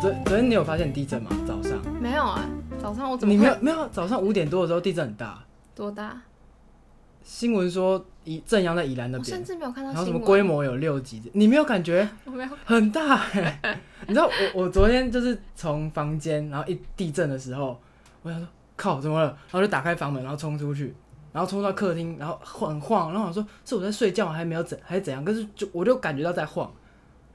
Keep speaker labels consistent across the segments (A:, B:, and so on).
A: 昨昨天你有发现地震吗？早上
B: 没有啊，早上我怎么
A: 你没
B: 会
A: 有没有？早上五点多的时候地震很大，
B: 多大？
A: 新闻说宜正阳在宜兰那
B: 我甚
A: 边，
B: 至没有看到
A: 然
B: 哦
A: 后什
B: 新闻。
A: 么规？模有六级，你没有感觉
B: 我没有看。
A: 很大哎、你知道我我昨天就是从房间，然后一地震的时候，我想说靠怎么了，然后就打开房门，然后冲出去。然后冲到客厅，然后很晃，然后我想说是我在睡觉还没有怎还是怎样，可是就我就感觉到在晃，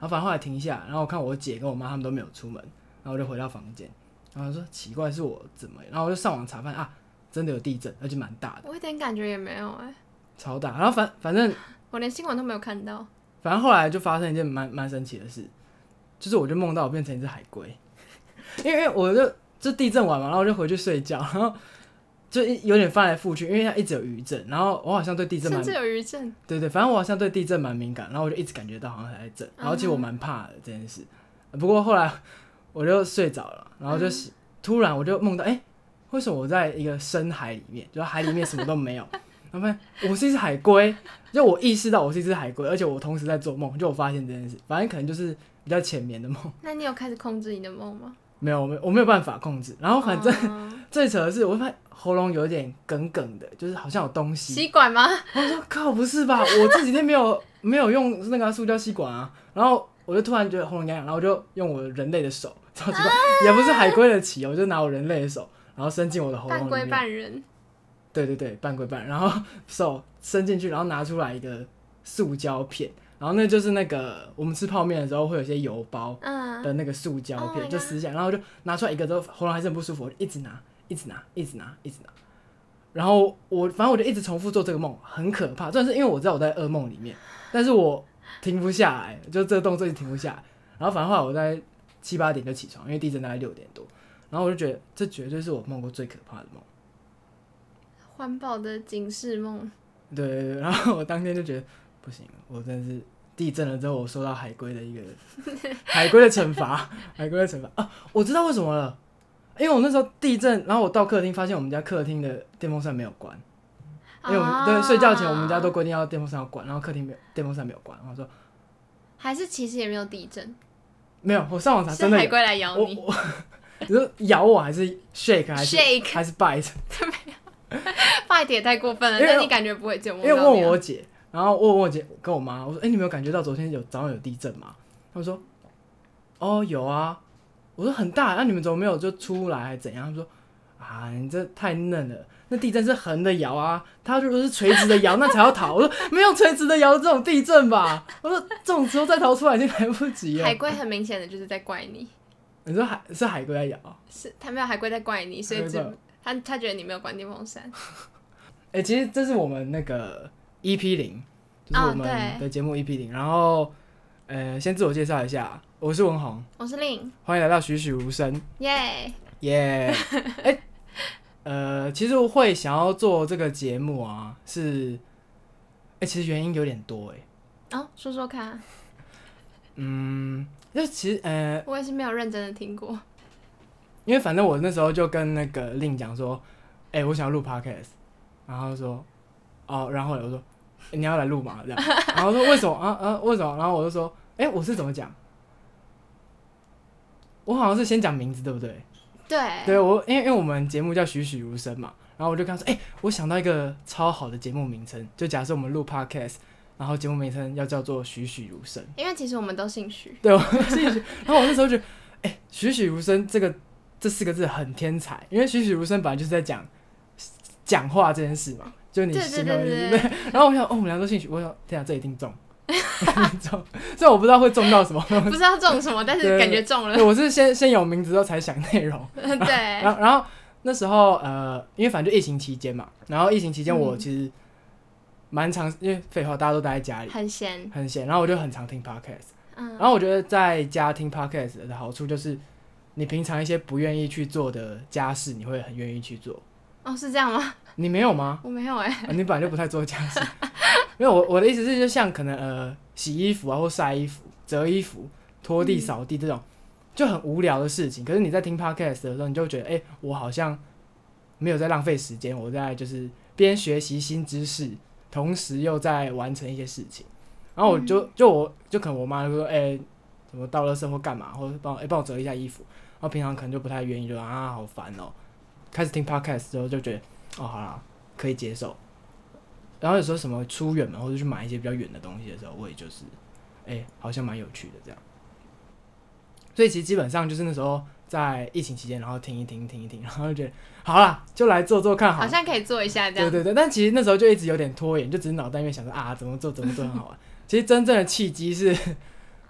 A: 然后反正后来停一下，然后我看我姐跟我妈他们都没有出门，然后我就回到房间，然后我说奇怪是我怎么了，然后我就上网查，发现啊真的有地震，而且蛮大的。
B: 我一点感觉也没有哎、
A: 超大。然后反反正
B: 我连新闻都没有看到。
A: 反正后来就发生一件蛮蛮神奇的事，就是我就梦到我变成一只海龟， 因为因为我就就地震完嘛，然后我就回去睡觉，然后就一有点翻来覆去，因为它一直有余震，然后我好像对地震蛮
B: 甚至有余震，
A: 对对，反正我好像对地震蛮敏感，然后我就一直感觉到好像还在震，然后其实我蛮怕的这件事。不过后来我就睡着了，然后就醒突然我就梦到，哎、为什么我在一个深海里面，就是海里面什么都没有，然后发现我是一只海龟，就我意识到我是一只海龟，而且我同时在做梦，就我发现这件事，反正可能就是比较浅眠的梦，
B: 那你有开始控制你的梦吗？
A: 没有，我没我没有办法控制。然后哦反正、
B: 嗯
A: 最扯的是，我发现喉咙有点梗梗的，就是好像有东西
B: 吸管吗？
A: 我说靠，不是吧？我这几天没有没有用那个塑胶吸管啊，然后我就突然觉得喉咙痒痒，然后我就用我人类的手，超奇怪，也不是海龟的鳍哦，我就拿我人类的手，然后伸进我的喉咙
B: 半
A: 里
B: 龟
A: 面，
B: 半人，
A: 对对对，半龟半，然后手伸进去，然后拿出来一个塑胶片，然后那就是那个我们吃泡面的时候会有一些油包
B: 嗯，
A: 的那个塑胶
B: Oh my
A: 片，
B: God
A: 就撕下来，然后就拿出来一个之后，喉咙还是很不舒服，我就一直拿，一直拿，一直拿，一直拿。然后我反正我就一直重复做这个梦，很可怕。但是因为我知道我在噩梦里面，但是我停不下来，就这个动作一直停不下来。然后反正后来我在七八点就起床，因为地震大概六点多。然后我就觉得这绝对是我梦过最可怕的梦。
B: 环保的警示梦，
A: 对对对，然后我当天就觉得不行了，我真的是地震了之后，我受到海龟的 一个海龟的惩罚，海龟的惩罚啊！我知道为什么了，因为我那时候地震，然后我到客厅发现我们家客厅的电风扇没有关，因为我们、
B: 啊
A: 对睡觉前我们家都规定要电风扇要关，然后客厅没有电风扇没有关，然后我说
B: 还是其实也没有地震，
A: 没有，我上网查
B: 是
A: 真的
B: 海
A: 有，
B: 龟来咬
A: 我
B: 你。
A: 我 你说咬我还是 shake 还是
B: Shake
A: 还是 bite，
B: 拜也太过分了，
A: 因为
B: 但你感觉不会就
A: 因
B: 梦
A: 为
B: 到啊
A: 问
B: 那样
A: 我姐，然后问我姐跟我妈，我说：“哎、你没有感觉到昨天有早上有地震吗？”他们说：“哦，有啊。”我说：“很大，那、你们怎么没有就出来还怎样？”他们说：“啊，你这太嫩了，那地震是横的摇啊，它如果是垂直的摇，那才要逃。”我说：“没有垂直的摇这种地震吧？”我说：“这种时候再逃出来已经来不及了
B: 海。龟很明显的就是在怪你，”
A: 你说海是海龟在摇？
B: 是它没有海龟在怪你，所以只
A: 海龟
B: 它它觉得你没有关电风扇。
A: 哎、其实这是我们那个 EP 零，就是
B: 啊
A: 我们
B: 对
A: 的节目 EP 零、然后，呃，先自我介绍一下，我是文宏，
B: 我是令，
A: 欢迎来到栩栩如生，
B: 耶、
A: 耶！ 哎，呃，其实我会想要做这个节目啊，是，哎、其实原因有点多哎、
B: 哦，说说看，
A: 嗯，就其实呃，
B: 我也是没有认真的听过。
A: 因为反正我那时候就跟那个令讲说，哎、我想要录 podcast，然后他说，哦，然后嘞我说、欸你要来录嘛这样， 然后说为什么啊啊为什么？然后我就说，哎、我是怎么讲？我好像是先讲名字对不对？
B: 对，
A: 对我，因为因为我们节目叫栩栩如生嘛，然后我就跟他说，哎、我想到一个超好的节目名称，就假设我们录 podcast，然后节目名称要叫做栩栩如生。
B: 因为其实我们都姓徐，
A: 对，我是一群然后我那时候觉得，哎、栩栩如生这个这四个字很天才，因为栩栩如生本来就是在讲讲话这件事嘛，就你
B: 对对
A: 形容
B: 对
A: 你
B: 对
A: 对。 然后我想，哦，我们俩都姓许，我想，天啊，这一定中， 一定中。虽然我不知道会中到什么，
B: 不知道中什么，但
A: 对
B: 是感觉中 了。哎
A: 对我是先先有名字之后才想内 容。
B: 对，
A: 然后然后那时候呃，因为反正就疫情期间嘛，然后疫情期间我
B: 嗯
A: 其实蛮常，因为废话大家都待在家里，
B: 很闲，
A: 很闲，然后我就很常听 podcast。
B: 嗯，
A: 然后我觉得在家听 podcast 的好处就是，你平常一些不愿意去做的家事，你会很愿意去做。
B: 哦，是这样吗？
A: 你没有吗？
B: 我没有哎、
A: 啊、你本来就不太做家事。没有，我我的意思是，就像可能呃，洗衣服啊，或晒衣服、折衣服、拖地、扫地这种、就很无聊的事情。可是你在听 podcast 的时候，你就觉得，哎、我好像没有在浪费时间，我在就是边学习新知识，同时又在完成一些事情。然后我就、就我就可能我妈就说，哎、什么到了生活干嘛，或者帮我哎帮、我折一下衣服。然后平常可能就不太愿意，就啊好烦哦、开始听 podcast 之后就觉得哦好啦，可以接受。然后有时候什么出远门或者去买一些比较远的东西的时候，我也就是哎、好像蛮有趣的这样。所以其实基本上就是那时候在疫情期间，然后听一听听一听，然后就觉得好啦，就来做做看啊好
B: 好
A: 了。
B: 像可以做一下这
A: 对
B: 样。
A: 对对，但其实那时候就一直有点拖延，就只是脑袋里面想说啊，怎么做怎么做很 好玩。其实真正的契机是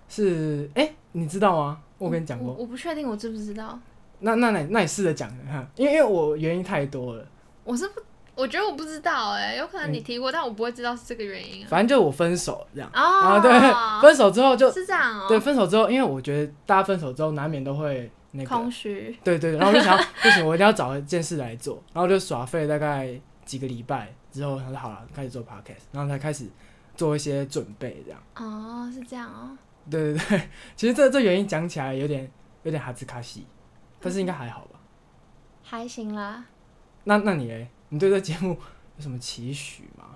A: 是哎、你知道吗？我跟你讲
B: 嗯我
A: 过，
B: 我不确定我知不知道，
A: 那那那你那你试着讲看，因为因为我原因太多了，
B: 我是不，我觉得我不知道哎、有可能
A: 嗯
B: 你提过，但我不会知道是这个原因啊。
A: 反正就我分手这样啊，
B: 哦，
A: 对， 分手之后就、
B: 是这样哦、
A: 对分手之后，因为我觉得大家分手之后难免都会那个
B: 空虚，
A: 对对，对然后我 就想要不行，我一定要找一件事来做，然后就耍废大概几个礼拜之后，他说好了，开始做 podcast，然后才开始做一些准备这样。
B: 哦，是这样哦、
A: 对对对，其实这这原因讲起来有点有点哈兹卡西，但是应该还好吧？
B: 还行啦。
A: 那那你嘞，你对这节目有什么期许吗？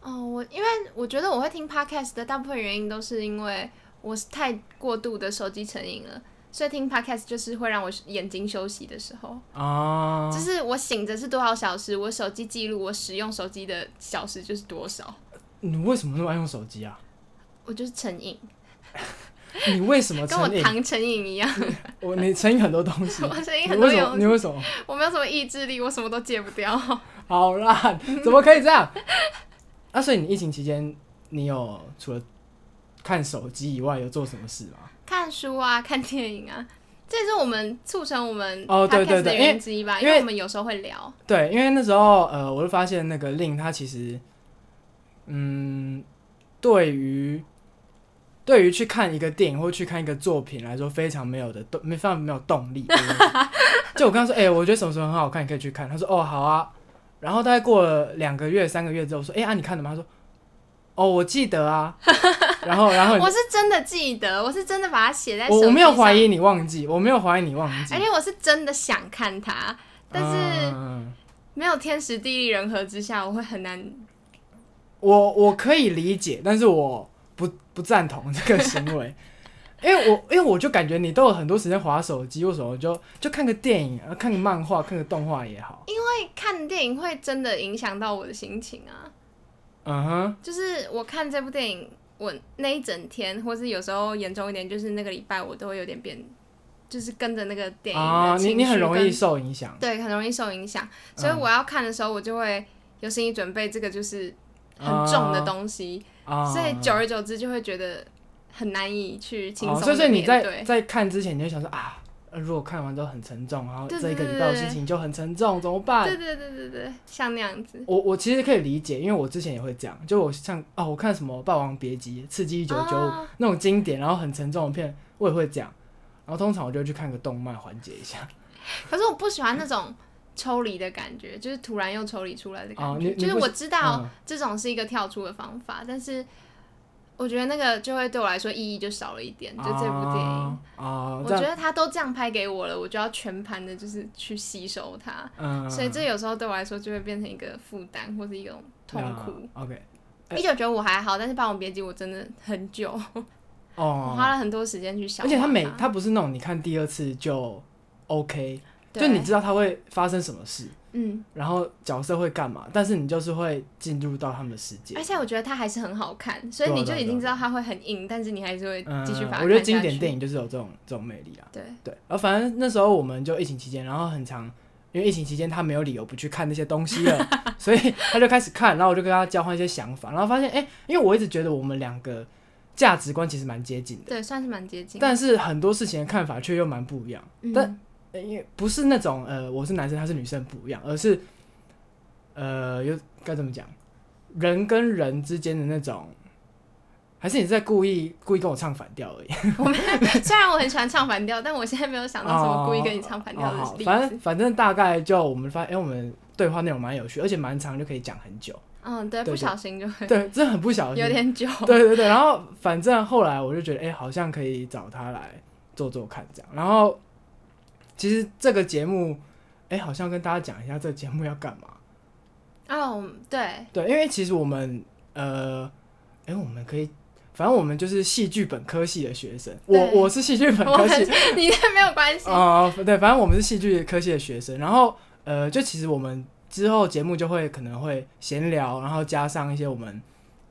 B: 哦，我因为我觉得我会听 podcast 的大部分原因都是因为我是太过度的手机成瘾了，所以听 podcast 就是会让我眼睛休息的时候，
A: 啊
B: 就，是我醒着是多少小时，我手机记录我使用手机的小时就是多少，
A: 你为什么那么爱用手机啊？
B: 我就是成瘾，
A: 你为什么
B: 跟我
A: 哦成瘾？
B: 糖成瘾一样，
A: 我你成瘾很多东西，
B: 我成瘾
A: 你
B: 很多
A: 为什么？
B: 用
A: 你为什么？
B: 我没有什么意志力，我什么都戒不掉。
A: 好啦，怎么可以这样？啊，所以你疫情期间，你有除了看手机以外，有做什么事吗？
B: 看书啊，看电影啊，这是我们促成我们
A: 哦对
B: podcast
A: 对对
B: 的原因之一吧，
A: 因为哦
B: 因为我们有时候会聊，
A: 对，因为那时候呃，我就发现那个令他其实，嗯，对于对于去看一个电影或去看一个作品来说，非常没有的动，没非常没有动力。就是就我刚刚说，哎、我觉得什么什么很好看，你可以去看。他说，哦，好啊。然后大概过了两个月、三个月之后，我说，哎、啊，你看了吗？他说，哦，我记得 啊。然后，然后你
B: 我是真的记得，我是真的把它写在手
A: 我
B: 机
A: 我没有怀
B: 上，
A: 疑你忘记，我没有怀疑你忘记
B: 而。且我是真的想看它，但是
A: 嗯
B: 没有天时地利人和之下，我会很难。
A: 我我可以理解，但是我不不赞同这个行 为，因为我因为我就感觉你都有很多时间划手机，为什么就就看个电影，啊看个漫画，看个动画也好，
B: 会哎看电影会真的影响到我的心情啊，
A: 嗯哼，
B: 就是我看这部电影，我那一整天，或是有时候严重一点，就是那个礼拜我都会有点变，就是跟着那个电影
A: 啊，
B: 的情绪
A: 你你很容
B: 跟
A: 易受嗯影响，
B: 对，很容易受影响，所以我要看的时候，我就会有心理准备，这个就是很重的东西，
A: 啊，
B: 所以久而久之就会觉得很难以去轻
A: 哦所
B: 松的
A: 以所以你
B: 面
A: 在
B: 对。
A: 在看之前你就想说啊。呃如果看完之后很沉重，然后
B: 对
A: 这一个
B: 对
A: 礼拜的
B: 对
A: 心情就很沉重，怎么办？
B: 对对对对对，像那样子。
A: 我我其实可以理解，因为我之前也会这样，就我像啊，我看什么《霸王别姬》《刺激一九九五》
B: 啊
A: 那种经典，然后很沉重的片，我也会这样。然后通常我就会去看个动漫缓解一下。
B: 可是我不喜欢那种抽离的感觉，就是突然又抽离出来的
A: 哦
B: 感
A: 你
B: 觉。
A: 你
B: 就是
A: 不
B: 我
A: 喜
B: 知道
A: 嗯
B: 这种是一个跳出的方法，但是我觉得那个就会对我来说意义就少了一点。就这部电影，
A: 嗯啊，啊
B: 我
A: 这
B: 觉
A: 样，
B: 得他都这样拍给我了，我就要全盘的，就是去吸收它。
A: 嗯，
B: 所以这有时候对我来说就会变成一个负担或是一种痛苦。
A: 啊 OK，哎
B: 一九九五还好，但是《霸王别姬》我真的很久，我啊
A: 哦，
B: 花了很多时间去消
A: 而
B: 化
A: 且它每
B: 它
A: 它不是那种你看第二次就 OK，就
B: 对
A: 你知道它会发生什么事，
B: 嗯，
A: 然后角色会干嘛，但是你就是会进入到他们的世界
B: 而。且我觉得它还是很好看，所以
A: 啊
B: 你就已经知道它会很硬，但是你还是会
A: 嗯，
B: 继续把它看下去。
A: 我觉得经典电影就是有这种这种魅力啊。
B: 对，
A: 对，然后反正那时候我们就疫情期间，然后很长，因为疫情期间他没有理由不去看那些东西了， 所以他就开始看，然后我就跟他交换一些想法，然后发现，哎、因为我一直觉得我们两个价值观其实蛮接近的，
B: 对，算是蛮接近。
A: 但是很多事情的看法却又蛮不一样，
B: 嗯
A: 但呃因为不是那种呃我是男生他是女生不一样，而是呃又该怎么讲，人跟人之间的那种。还是你在故意故意跟我唱反调而已。
B: 虽然我很喜欢唱反调，但我现在没有想到什么故意跟你唱反调
A: 哦
B: 的
A: 好
B: 例
A: 反正
B: 子。
A: 反正大概就我们发现，哎、我们对话内容蛮有趣，而且蛮长，就可以讲很 久。
B: 嗯，对，
A: 对对
B: 不小心就会
A: 对，真的很不小心。
B: 有 点久。
A: 对对对，然后反正后来我就觉得，哎、好像可以找他来做做看这样。然后其实这个节目，哎、好像跟大家讲一下这个节目要干 嘛。
B: 哦，对，
A: 对，因为其实我们呃，哎、我们可以，反正我们就是戏剧本科系的学生，
B: 对
A: 我我是戏剧本
B: 我
A: 科系
B: 们你那没有关 系，
A: 哦，对，反正我们是戏剧科系的学生。然后呃，就其实我们之后节目就会可能会闲聊，然后加上一些我们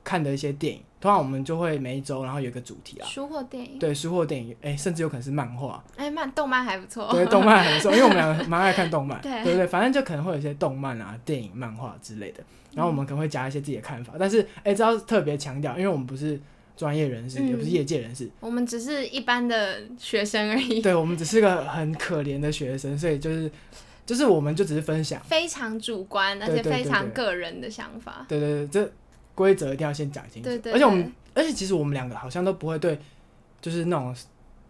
A: 看的一些电影。通常我们就会每一周，然后有一个主题啊，
B: 书或电影。
A: 对，书或电影，哎、甚至有可能是漫画，
B: 哎，漫动漫还不错。
A: 对，动漫很重，因为我们两个蛮爱看动漫，
B: 对
A: 对不对？反正就可能会有一些动漫啊、电影、漫画之类的，
B: 嗯
A: 然后我们可能会加一些自己的看法。但是，哎、这要特别强调，因为我们不是专业人士，
B: 嗯
A: 也不是业界人士，
B: 我们只是一般的学生而已，
A: 对我们只是个很可怜的学生，所以就是就是我们就只是分享。
B: 非常主观，而
A: 对
B: 且
A: 对
B: 非
A: 对
B: 常
A: 对
B: 个人的想法。
A: 对对对，这规则一定要先讲清楚。
B: 对对
A: 而且我
B: 对
A: 们，而且其实我们两个好像都不会对，就是那种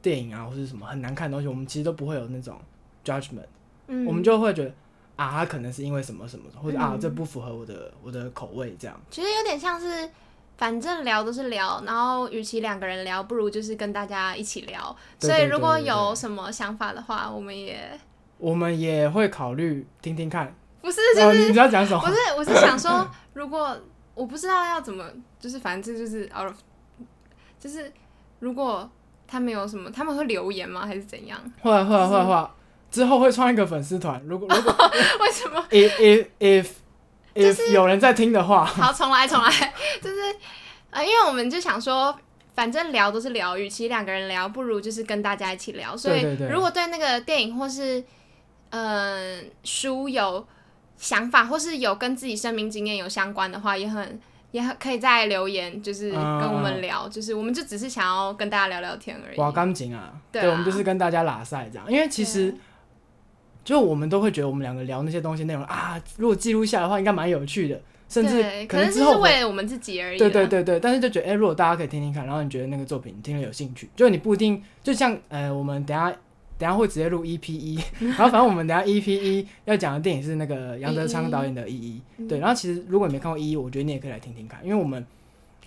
A: 电影啊或者什么很难看的东西，我们其实都不会有那种 judgment。
B: 嗯，
A: 我们就会觉得啊，他可能是因为什么什么，或者啊，
B: 嗯
A: 这不符合我的我的口味这样。
B: 其实有点像是，反正聊都是聊，然后与其两个人聊，不如就是跟大家一起聊。
A: 对
B: 所以
A: 对
B: 如
A: 对
B: 果
A: 对
B: 有
A: 对
B: 什么想法的话，我 们也
A: 我们也会考虑听听看。
B: 不是
A: 哦，
B: 就
A: 你
B: 是
A: 你要讲什
B: 不
A: 么？
B: 是，我是 想说，如果我不知道要怎么，就是反正这就是 out of，就是如果他们有什么，他们会留言吗？还是怎样？
A: 会啊会啊会啊会啊，之后会创一个粉丝团。如果如 果
B: 为什么？
A: if if if
B: 就
A: if 有人在听的话，
B: 好，重来，重来，就是呃，因为我们就想说，反正聊都是聊，与其两个人聊，不如就是跟大家一起聊。所以
A: 对对对
B: 如果对那个电影或是嗯、呃书有想法，或是有跟自己生命经验有相关的话，也很。也很可以在留言，就是
A: 嗯
B: 跟我们聊，就是我们就只是想要跟大家聊聊天而已。
A: 哇，钢琴啊，
B: 对啊啊
A: 我们就是跟大家拉塞这样。因为其实就我们都会觉得我们两个聊那些东西内容啊，如果记录下来的话，应该蛮有趣的，甚至
B: 对，
A: 可
B: 可能
A: 之
B: 只是
A: 后回
B: 为了我们自己而已。啊
A: 对对，对对，但是就觉得，哎、如果大家可以听听看，然后你觉得那个作品你听了有兴趣，就你不一定，就像呃，我们等一下等一下会直接录 EP 一，然后反正我们等一下 EP 一要讲的电影是那
B: E
A: 个杨德昌导演的《一一》，
B: 嗯
A: 对，然后其实如果你没看过《一一》，我觉得你也可以来听听看，因为我们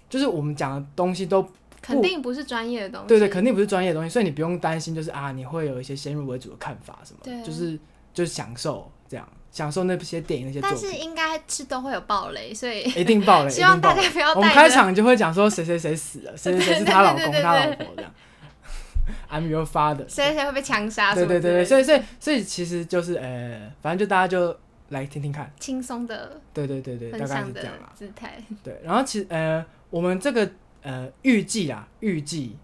A: 就是我们讲的东西都
B: 肯定不是专业的东西。
A: 对对，肯定不是专业的东西，所以你不用担心，就是啊，你会有一些先入为主的看法什么
B: 对啊
A: 的，就是就是享受这样，享受那些电影那些
B: 但
A: 作
B: 是
A: 品，
B: 应该是都会有爆雷，所以
A: 一定爆雷，
B: 希望
A: 一定爆
B: 大
A: 雷
B: 家不要
A: 我们
B: 带
A: 开
B: 着
A: 场就会讲说谁谁谁死了，谁谁谁是她老公、她老婆这样。I'm your father。
B: 谁谁会被枪杀什
A: 对
B: 么之类
A: 对
B: 的，
A: 对对，所以所以所以其实就是呃，反正就大家就来听听看。
B: 轻松的
A: 对对对对，
B: 分
A: 大概是
B: 享
A: 这
B: 的
A: 样啊啦。
B: 姿态，
A: 对，然后其实呃，我们这个呃预计啦，预计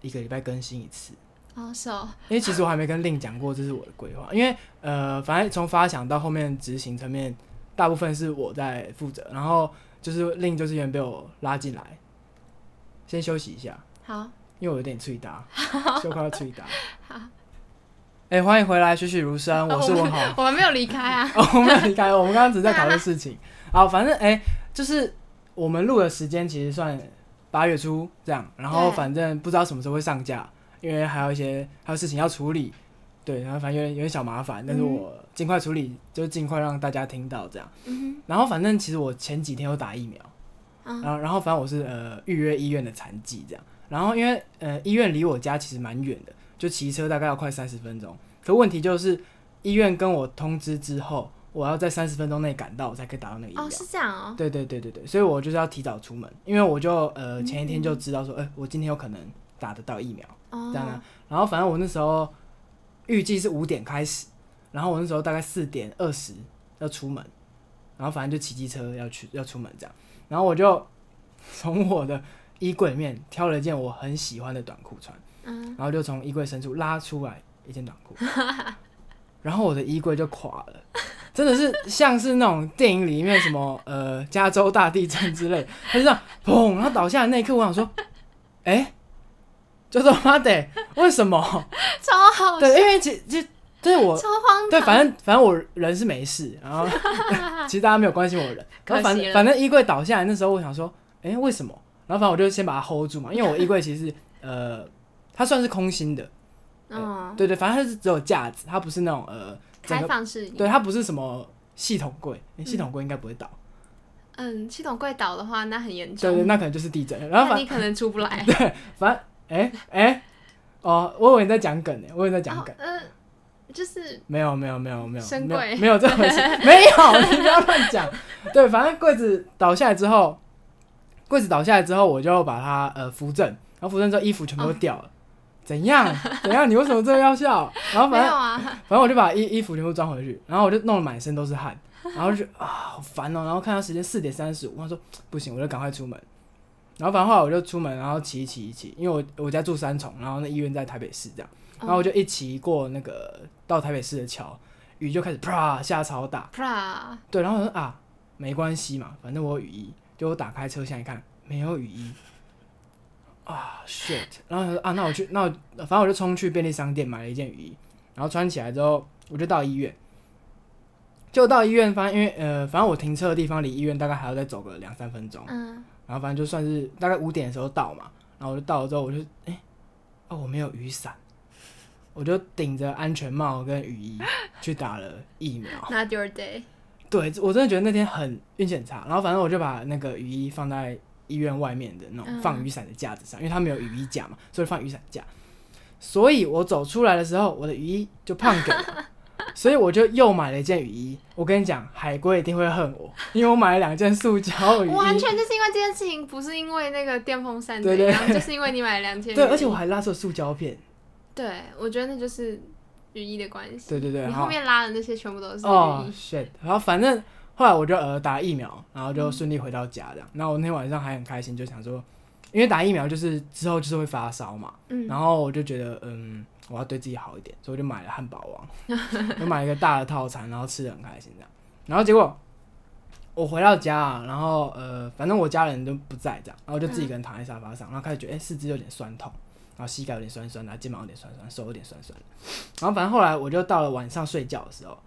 A: 一个礼拜更新一次。
B: 哦，是哦，
A: 因为其实我还没跟令讲过，这是我的规划。因为呃，反正从发想到后面执行层面，大部分是我在负责，然后就是令就是原被我拉进来，先休息一下，
B: 好，
A: 因为我有点脆搭，就快要脆搭。哎、欢迎回来，栩栩如生，我是文豪。
B: 哦 我们没有离开啊，
A: 哦， 我没有离开，我们刚刚只是在讨论事情。好，反正哎、就是我们录的时间其实算八月初这样，然后
B: 对
A: 反正不知道什么时候会上架，因为还有一些还有事情要处理，对，然后反正有点有点小麻烦，但是
B: 嗯
A: 我尽快处理，就尽快让大家听到这样。
B: 嗯
A: 然后反正其实我前几天有打疫苗，
B: 嗯
A: 然后然后反正我是呃预约医院的残疾这样，然后因为呃医院离我家其实蛮远的，就骑车大概要快三十分钟。可问题就是医院跟我通知之后，我要在三十分钟内赶到，我才可以打到那个疫
B: 哼，
A: 苗。
B: 哦，是这样哦，
A: 对对对对对，所以我就是要提早出门，因为我就
B: 嗯
A: 呃前一天就知道说，哎、我今天有可能打得到疫苗。这样
B: 哦
A: 啊，然后反正我那时候预计是五点开始，然后我那时候大概四点二十要出门，然后反正就骑机车要去要出门这样，然后我就从我的衣柜里面挑了一件我很喜欢的短裤穿，
B: 嗯，
A: 然后就从衣柜深处拉出来一件短 裤，然后我的衣柜就垮了。真的是像是那种电影里面什么呃加州大地震之类，它就这样砰，然后倒下的那一刻，我想说，哎、就说妈的，为什么？
B: 超好，
A: 对，因为其就对我
B: 超荒
A: 对，
B: 唐，
A: 反正反正我人是没事，然后 其实大家没有关心我人，然后反
B: 可惜了
A: 正反正衣柜倒下来那时候，我想说，哎、为什么？然后反正我就先把它 hold 住嘛，因为我衣柜其实呃，它算是空心的，
B: 嗯，
A: 对对，反正它是只有架子，它不是那种呃，整
B: 开
A: 个
B: 放式饮，
A: 对，它不是什么系统柜，诶系统柜应该不会倒，
B: 嗯，系统柜倒的话，那很严
A: 对对，
B: 重，
A: 那可能就是地震，然后
B: 那
A: 反
B: 你可能出不来，
A: 反正哎哎、诶哦，我以为你在讲梗呢、我以为你在讲
B: 哦
A: 梗。
B: 嗯，就是
A: 没有没有没有没有
B: 深
A: 没有
B: 柜
A: 没有这回事，没有，你不要乱讲。对，反正柜子倒下来之后，柜子倒下来之后，我就把它呃扶正，然后扶正之后衣服全部
B: 哦
A: 都掉了。怎样？怎样？你为什么这样要笑？然后
B: 没
A: 反
B: 有
A: 正
B: 啊，
A: 反正我就把衣衣服全部装回去，然后我就弄得满身都是汗，然后就觉得啊好烦哦、然后看到时间四点三十五，我想说不行，我就赶快出门。然后反正后来我就出门，然后骑一骑一骑，因为我我家住三重，然后那医院在台北市这样，然后我就一骑过那个到台北市的桥，雨就开始啪下超大，
B: pra
A: 对，然后我说啊，没关系嘛，反正我有雨衣。就我打开车厢一看，没有雨衣。啊，shit！然后他说啊，那我去，那我反正我就冲去便利商店买了一件雨衣，然后穿起来之后，我就到医院。就到医院，发现因为呃，反正我停车的地方离医院大概还要再走个两三分钟，
B: 嗯，
A: 然后反正就算是大概五点的时候到嘛，然后我就到了之后，我就哎、哦，我没有雨伞，我就顶着安全帽跟雨衣去打了疫苗。
B: not your day，
A: 对，我真的觉得那天很运气很差。然后反正我就把那个雨衣放在医院外面的那种
B: 嗯
A: 放雨伞的架子上，因为它没有雨衣架嘛，所以放雨伞架。所以我走出来的时候，我的雨衣就胖给了，所以我就又买了一件雨衣。我跟你讲，海龟一定会恨我，因为我买了两件塑胶雨衣。
B: 我完全就是因为这件事情，不是因为那个电风扇
A: 对
B: 怎
A: 对
B: 样，就是因为你买了两件雨衣，
A: 对，而且我还拉出了塑胶片。
B: 对，我觉得那就是雨衣的关系。
A: 对对对，
B: 你
A: 然
B: 后
A: 后
B: 面拉的那些全部都是
A: 哦
B: 雨衣，
A: shit，然后反正后来我就呃打疫苗，然后就顺利回到家这样。然后我那天晚上还很开心，就想说，因为打疫苗就是之后就是会发烧嘛，
B: 嗯
A: 然后我就觉得嗯我要对自己好一点，所以我就买了汉堡王， 就买了一个大的套餐，然后吃的很开心这样。然后结果我回到家、啊，然后呃反正我家人都不在这样，然后我就自己一个人躺在沙发上，然后开始觉得哎、四肢有点酸痛。然后膝盖有点酸酸的，肩膀有点酸酸，手有点酸酸的。然后反正后来我就到了晚上睡觉的时候，呃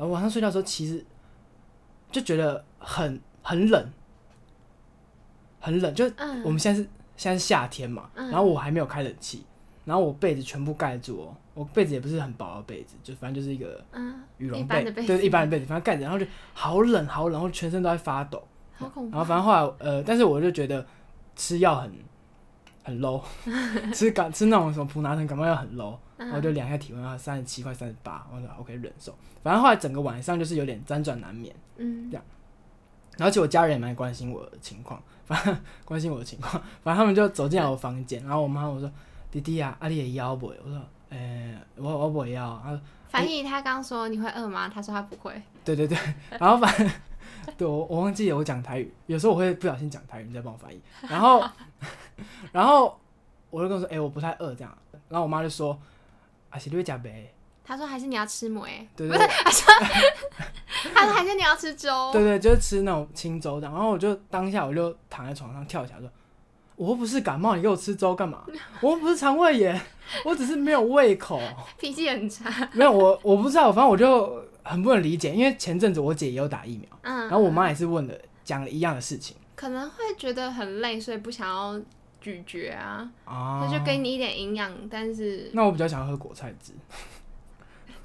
A: 然后晚上睡觉的时候，其实就觉得很很冷，很冷。就
B: 嗯
A: 我们现在是、现在是夏天嘛，
B: 嗯
A: 然后我还没有开冷气，然后我被子全部盖住哦，我被子也不是很薄的被子，就反正就是一个
B: 嗯，
A: 羽
B: 一
A: 绒
B: 般的被
A: 对，
B: 子
A: 一般的被子，反正盖着，然后就好冷好冷，然后全身都在发抖。
B: 好恐
A: 然后
B: 怖。
A: 反正后来呃，但是我就觉得吃药很很 low，吃感吃那种什么普拿疼感冒药很 low，然后
B: 嗯
A: 我就量一下体温，然后啊三十七快三十八，我说 OK 忍受。反正后来整个晚上就是有点辗转难眠，
B: 嗯，
A: 然后而且我家人也蛮关心我的情况， 反正关心我的情况，反正他们就走进来我房间，然后我妈我说弟弟啊，啊你也腰不会？我说呃、我我不会腰，她说
B: 翻译他刚说你会饿吗？他说他不会。
A: 对对对， 然后反正对我我忘记了我讲台语，有时候我会不小心讲台语，你再帮我翻译。然后 然后我就跟我说，哎、我不太饿这样。然后我妈就说，啊，是你会讲呗？
B: 他说还是你要吃馍，
A: 对
B: 不
A: 对对
B: 是他说他说还是你要吃粥。
A: 对对，就是吃那种清粥这样。然后我就当下我就躺在床上跳起来说，我又不是感冒，你给我吃粥干嘛？我又不是肠胃炎，我只是没有胃口。
B: 脾气很差。
A: 没有我我不知道，反正我就很不能理解，因为前阵子我姐也有打疫苗，
B: 嗯，
A: 然后我妈也是问了讲了一样的事情
B: 可能会觉得很累，所以不想要咀嚼啊，
A: 啊，
B: 那就给你一点营养，但是
A: 那我比较想要喝果菜汁。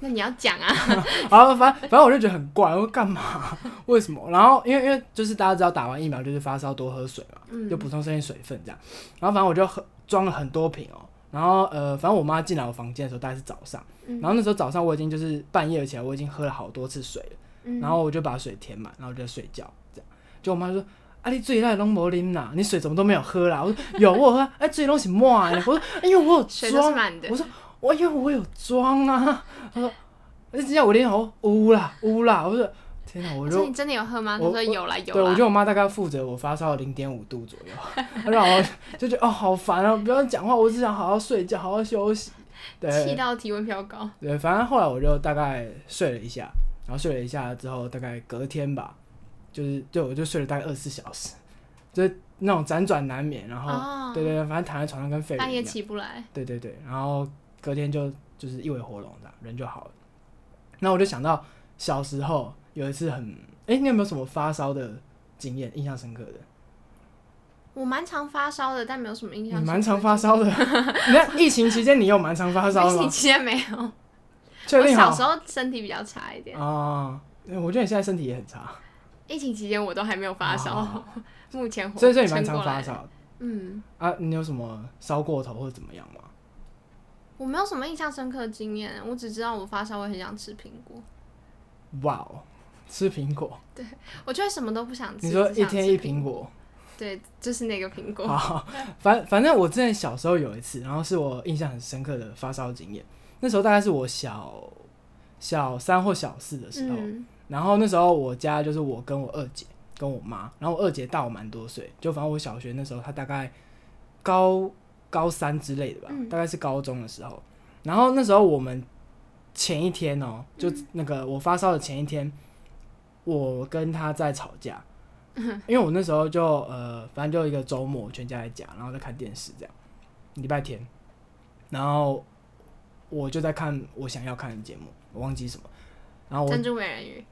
B: 那你要讲啊，
A: 然后反反正我就觉得很怪，我说干嘛？ 为什么？然后因为因为就是大家知道打完疫苗就是发烧多喝水嘛，
B: 嗯
A: 就补充身体水分这样。然后反正我就喝装了很多瓶哦、然后呃，反正我妈进来我房间的时候大概是早上，
B: 嗯
A: 然后那时候早上我已经就是半夜起来，我已经喝了好多次水了，
B: 嗯
A: 然后我就把水填满，然后我就在睡觉这样。就我妈就说。啊！你最大拢无啉啦，你水怎么都没有喝啦？我说有，我有喝，哎、最拢是满的。我说，因为我有
B: 水都
A: 装
B: 是满的
A: 我。说我因为我有装啊，他说，那今天我连头呜哦啦呜啦，我说天哪，我
B: 我说
A: 就
B: 你真的有喝吗？他
A: 我
B: 说有啦有
A: 对我
B: 啦
A: 觉。得我妈大概负责我发烧零点五度左右， 她让我就觉得哦好烦啊，不要讲话，我只想好好睡觉，好好休息。
B: 气
A: 对
B: 到体温飙高。
A: 对，反正后来我就大概睡了一下，然后睡了一下之后，大概隔天吧，就是对我就睡了大概二十四小时，就是那种辗转难眠，然后、
B: 哦
A: 对对对，反正躺在床上跟废人
B: 半
A: 一
B: 夜
A: 样。
B: 起不来，
A: 对对对，然后隔天就就是一尾活龙这样，人就好了。那我就想到小时候有一次很，哎、你有没有什么发烧的经验，印象深刻的？
B: 我蛮常发烧的，但没有什么印
A: 你
B: 象。
A: 蛮常发，烧 的，你看疫情期间你有蛮常发烧的
B: 疫情
A: 吗？
B: 期间没 有。
A: 确
B: 我
A: 定
B: 小
A: 好
B: 时候身体比较差一点，
A: 啊、对我觉得你现在身体也很 差，
B: 疫情期间我都还没有发烧
A: 哦，
B: 目前活
A: 所以所以你蛮
B: 撑
A: 常
B: 过来
A: 发
B: 了。
A: 烧
B: 嗯，
A: 啊。你有什么烧过头或者怎么样吗？
B: 我没有什么印象深刻的经验，我只知道我发烧，我很想吃苹果，
A: 哇哦，吃苹果，
B: 我觉得什么都不想吃。
A: 你说
B: 只
A: 一
B: 想吃
A: 天一
B: 苹
A: 苹果，哦
B: 对，就是那个苹果。
A: 好，反反正我之前小时候有一次，然后是我印象很深刻的发烧经验。那时候大概是我小小三或小四的时候，
B: 嗯
A: 然后那时候我家就是我跟我二姐跟我妈，然后我二姐大我蛮多岁，就反正我小学那时候她大概高高三之类的吧，
B: 嗯
A: 大概是高中的时候。然后那时候我们前一天哦、就那个我发烧的前一天，我跟她在吵架，因为我那时候就呃，反正就一个周末全家在家，然后在看电视这样，礼拜天，然后我就在看我想要看的节目，我忘记什么。然后我
B: 珍珠美人鱼，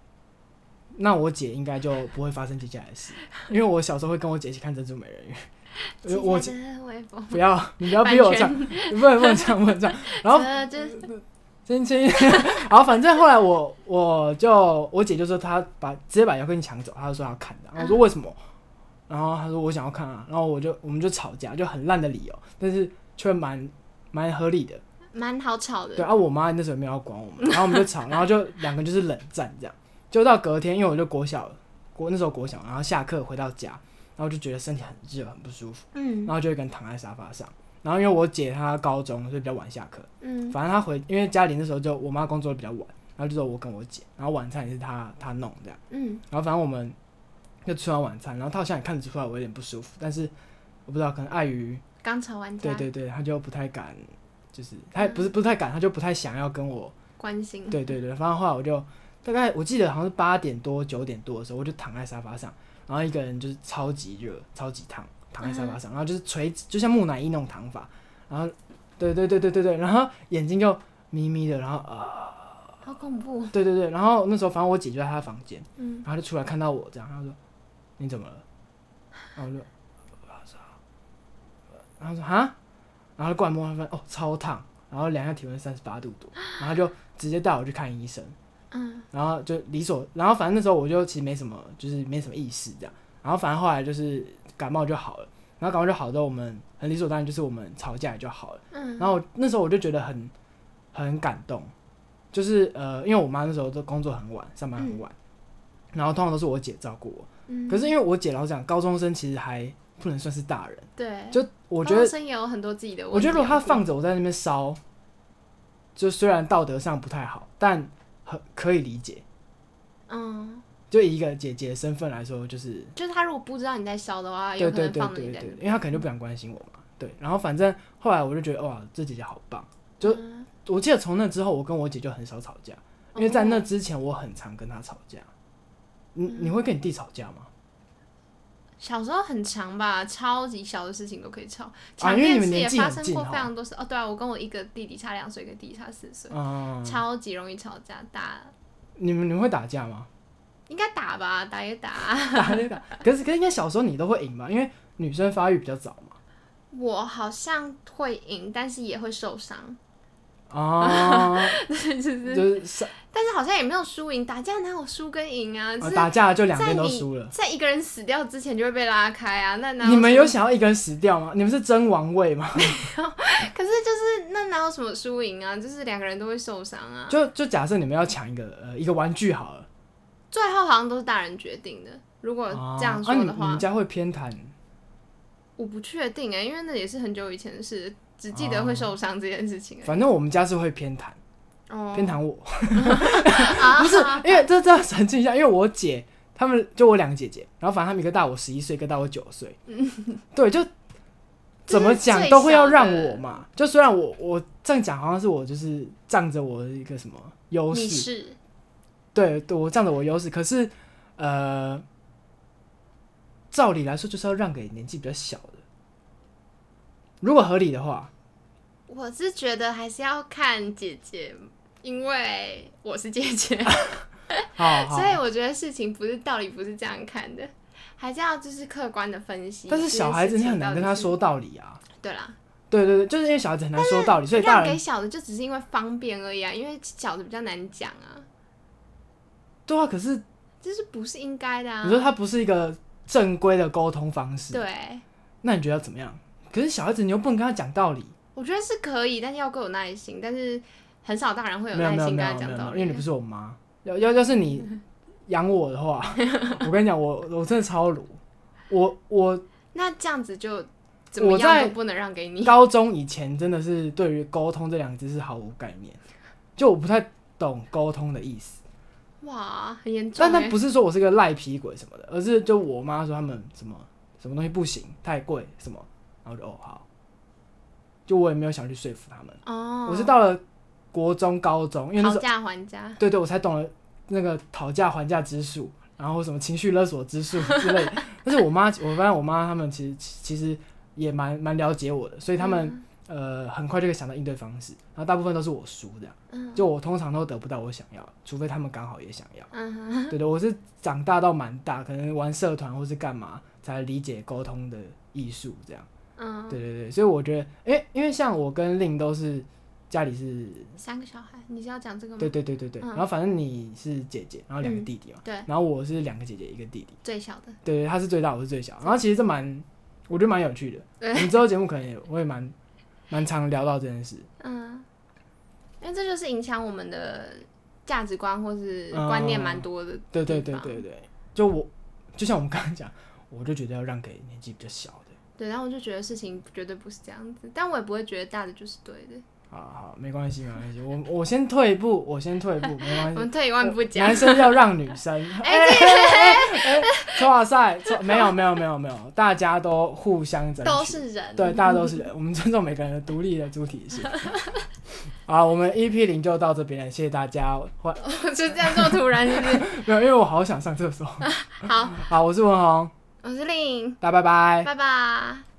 A: 那我姐应该就不会发生接下来的事，因为我小时候会跟我姐一起看《珍珠美人鱼》因为我姐，
B: 的微博，
A: 不要，你不要逼我唱，你不能不能唱，不能唱。然后
B: 这就是
A: 真 真，然后反正后来我我就我姐就说她把直接把遥控器抢走，她就说要看的，然后我说为什么？然后她说我想要看啊，然后我就我们就吵架，就很烂的理由，但是却蛮蛮合理的。
B: 蛮好吵的。
A: 对啊，我妈那时候也没有要管我们，然后我们就吵，然后就两个就是冷战这样。就到隔天，因为我就国小了，国那时候国小，然后下课回到家，然后就觉得身体很热，很不舒服，
B: 嗯
A: 然后就一个人躺在沙发上。然后因为我姐她高中所以比较晚下课，
B: 嗯
A: 反正她回，因为家里那时候就我妈工作得比较晚，然后就说我跟我姐，然后晚餐也是她她弄这样。
B: 嗯，
A: 然后反正我们就吃完晚餐，然后她好像也看得出来我有点不舒服，但是我不知道可能碍于
B: 刚吵完
A: 对
B: 架，
A: 对对，她就不太敢，就是她也不是不太敢，她就不太想要跟我。
B: 关心。
A: 对对对，反正后来我就大概我记得好像是八点多九点多的时候，我就躺在沙发上，然后一个人就是超级热、超级烫，躺在沙发上，然后就是垂直，就像木乃伊那种躺法，然后对对对对对对，然后眼睛就眯眯的，然后啊、
B: 好恐怖。
A: 对对对，然后那时候反正我姐就在她的房间，
B: 嗯
A: 然后她就出来看到我这样，她说你怎么了？然后我就然后说哈，然后过来摸，她发现哦超烫，然后量一下体温三十八度多，然后她就直接带我去看医生。
B: 嗯
A: 然后就理所，然后反正那时候我就其实没什么，就是没什么意识这样。然后反正后来就是感冒就好了，然后感冒就好之后，我们很理所当然就是我们吵架也就好了。
B: 嗯
A: 然后我那时候我就觉得很很感动，就是呃，因为我妈那时候都工作很晚，上班很晚，然后通常都是我姐照顾我。
B: 嗯，
A: 可是因为我姐老实讲，高中生其实还不能算是大人，
B: 对，
A: 就我觉
B: 高中
A: 得，
B: 生也有很多自己的问题。啊
A: 我觉得如果她放着我在那边烧，就虽然道德上不太好，但很可以理解。
B: 嗯，
A: 就以一个姐姐的身份来说，就是
B: 就是他如果不知道你在烧的话，
A: 对
B: 啊有可
A: 对
B: 能
A: 对
B: 放着
A: 对
B: 你在
A: 对
B: 那，嗯
A: 因为她可能就不想关心我嘛。对，然后反正后来我就觉得哇，这姐姐好棒。就
B: 嗯
A: 我记得从那之后，我跟我姐就很少吵架，因为
B: 哦
A: 在那之前我很常跟她吵架。你
B: 嗯
A: 你会跟你弟吵架吗？
B: 小时候很长吧，超级小的事情都可以吵。
A: 啊
B: 抢
A: 因为你
B: 电
A: 们
B: 视也
A: 年纪很
B: 发生
A: 近
B: 过
A: 哦
B: 非常多次。哦，对啊，我跟我一个弟弟差两岁，一个弟弟差四岁，
A: 嗯，
B: 超级容易吵架，打
A: 你们你们会打架 吗？
B: 应该打吧，打也打。
A: 打就打，可是可是应该小时候你都会赢吧？因为女生发育比较早嘛。
B: 我好像会赢，但是也会受伤，
A: 啊，
B: 就是
A: 就是上
B: 但是好像也没有输赢，打架哪有输跟赢啊？
A: 啊
B: 是
A: 打架就两
B: 在
A: 边都
B: 你
A: 输了。
B: 在一个人死掉之前就会被拉开啊，那哪
A: 你们
B: 什
A: 有
B: 么？
A: 想要一个人死掉吗？你们是争王位吗？
B: 可是就是那哪有什么输赢啊？就是两个人都会受伤啊。
A: 就就假设你们要抢一个呃一个玩具好了。
B: 最后好像都是大人决定的，如果这样说
A: 啊、啊你
B: 的
A: 你
B: 话，
A: 们家会偏袒
B: 我不确定哎、因为那也是很久以前的事，只记得会受伤这件事情而已。
A: 反正我们家是会偏袒，
B: 哦，
A: 偏袒我，
B: 啊，
A: 不是， 因为这这要澄清一下，因为我姐她们就我两个姐姐，然后反正她们一个大我十一岁，一个大我九 岁，对，就怎么讲都会要让我嘛。就虽然我我这样讲好像是我就是仗着我的一个什么优
B: 你
A: 势，
B: 是
A: 对，对我仗着我优势，可是呃，照理来说就是要让给年纪比较小的，如果合理的话，
B: 我是觉得还是要看姐姐，因为我是姐 姐，
A: 好好
B: 所。以我觉得事情不是道理不是这样看的，还是要就是客观的分析。
A: 但是小孩子你很难跟他
B: 这件事情
A: 说道理啊。
B: 到底是，对啦，
A: 对对对，就是因为小孩子很难说道理，所以大
B: 让给
A: 人
B: 小的就只是因为方便而已啊，因为小的比较难讲啊，
A: 对啊。可是
B: 这是不是应该的啊？
A: 你说他不是一个正规的沟通方式，
B: 对，
A: 那你觉得要怎么样？可是小孩子你又不能跟他讲道理，
B: 我觉得是可以，但是要够有耐心，但是很少大人会
A: 没
B: 有
A: 有没有
B: 耐
A: 没有
B: 心跟
A: 没
B: 他
A: 有没有，
B: 讲道
A: 因为你
B: 理
A: 不。是我妈。要要要是 你养我的话，我跟你讲，我我真的超鲁。我我
B: 那这样子就怎么
A: 我在
B: 样都不能让给你。
A: 高中以前真的是对于沟通这两个字是毫无概念，就我不太懂沟通的意思。
B: 哇，很严重、
A: 但
B: 欸。
A: 他不是说我是个赖皮鬼什么的，而是就我妈说他们什么什么东西不行，太贵什么，然后就哦好，就我也没有想去说服他们。
B: 哦，
A: 我是到了国中、高中，因为那时候
B: 讨价还价。
A: 对对，我才懂了那个讨价还价之术，然后什么情绪勒索之术 之类的。但是我妈，我发现我妈他们其实其实也蛮蛮了解我的，所以他
B: 嗯
A: 们、呃很快就可以想到应对方式，然后大部分都是我输这样，
B: 嗯
A: 就我通常都得不到我想要，除非他们刚好也想要。
B: 嗯哼，
A: 对的，我是长大到蛮大，可能玩社团或是干嘛才理解沟通的艺术这样。
B: 嗯，
A: 对对对，所以我觉得，哎、因为像我跟令都是家里是，
B: 三个小孩，你是要讲这个吗？
A: 对对对对对，
B: 嗯
A: 然后反正你是姐姐，然后两个
B: 嗯
A: 弟弟嘛，
B: 对，
A: 然后我是两个姐姐一个弟弟，
B: 最小的，
A: 对对，他是最大，我是最小，然后其实这蛮，我觉得蛮有趣的，
B: 对
A: 我们之后节目可能也会蛮蛮常聊到这件事，
B: 嗯，因为这就是影响我们的价值观或是
A: 嗯
B: 观念蛮多的、
A: 对对对对，对，就我就像我们刚刚讲，我就觉得要让给年纪比较小的，
B: 对，然后我就觉得事情绝对不是这样子，但我也不会觉得大的就是对的，
A: 好好，没关系没关系，我我先退一步，我先退一步，没关
B: 我
A: 系，
B: 们退一万步讲
A: 男，生要让女生。哎哎哎！哇塞，错没有没有没有没有，大家都互相争取，
B: 都是人，
A: 对，大家都是人，我们尊重每个人的独立的主体性。 好，我们 EP 零就到这边了，谢谢大家。欢
B: 就这样这么突然，是不是？
A: 没有，因为我好想上厕所。
B: 好，
A: 好，我是文宏，
B: 我是令，
A: 大家拜拜。
B: 拜拜。